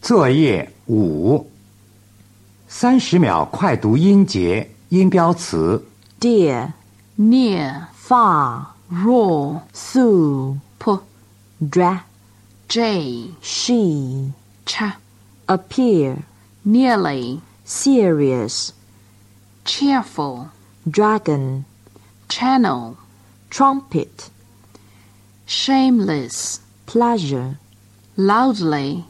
作业五，三十秒快读音节、音标词。 dear, near, far, raw, soup, pu, dress, j, she, cha, appear, nearly, serious, cheerful, dragon, channel, trumpet, shameless, pleasure, loudly,